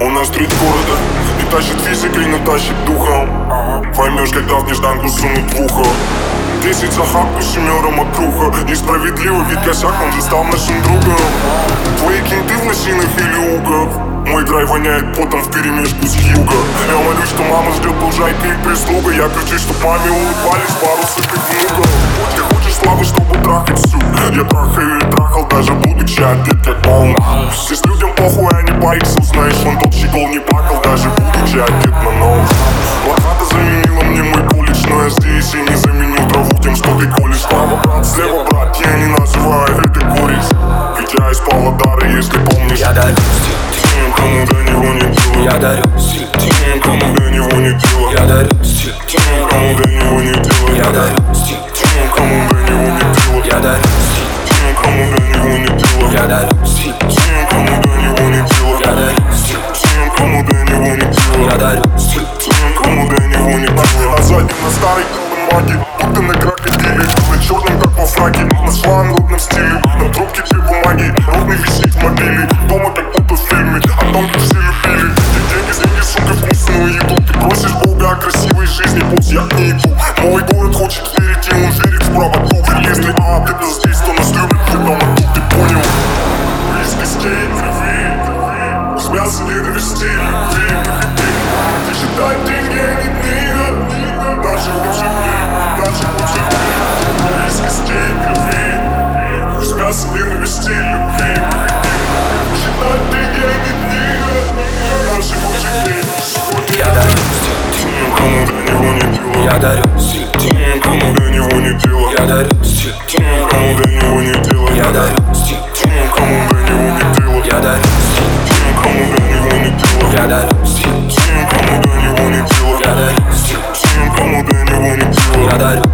Он на стрит города И тащит физикой, но тащит духом Поймешь, когда в нежданку сунут в ухо Десять за хапку, семеро мокруха Несправедливо, ведь косяк он же стал нашим другом Твои кенты в лосинах или угов мой драй воняет потом в перемешку с юга Я молюсь, что мама ждет лужайка и прислуга Я кричу, чтоб маме улыбались пару сытых внуков Ты хочешь славы, чтобы трахать всю Я трахаю и трахал, даже будучи одет как он Здесь людям похуй, а не по иксу Знаешь, он тот щегол не плакал, даже будучи одет на нос Блокада заменила мне мой колледж Но я здесь и не заменил траву тем, что ты колешь Справа, брат, слева, брат, я не называю это горечь Ведь я из Павлодара, если помнишь Я дарю стиль, тем, кому до него не было я дарю стиль, Тем, кому до него не было я дарю стиль, Тем, кому до него не было я дарю стиль, Тем, кому до него не было я дарю стиль, Тем, кому до него не было я дарю стиль, Тем, кому до него не я было дарю стиль, Тем, кому до него не было Тем, кому я дарю стиль, до него не было На заднем, на старой голой маге Будто на крокодиле На черном, как во фраке На швангутном стиле На трубке две бумаги Ровный висит в мобиле Дома как будто в фильме О том, как все любили Где деньги, деньги, сука, вкусную еду Ты просишь Бога о красивой жизни Пусть я к ней иду Мой город хочет верить И он верит в правоту Если ад это здесь, то нас любят Ты там, а тут ты понял из костей крови С мяса ненависти любви Ты считай деньги, а не книга Даже лучше мне, даже лучше мне Из костей крови С мяса ненависти любви Считай деньги, а не книга Даже лучше мне Сегодня я дарю стиль, Тем, кому до него не я дело дарю стиль, Тем, кому до него не я дело дарю стиль, Тем, кому до него не я дело дарю стиль, Тем, кому до него не дело я дарю стиль, Тем, кому до него не дело я дарю стиль, Тем, кому до него не дело Тем, кому до него я дарю стиль, не я дело дарю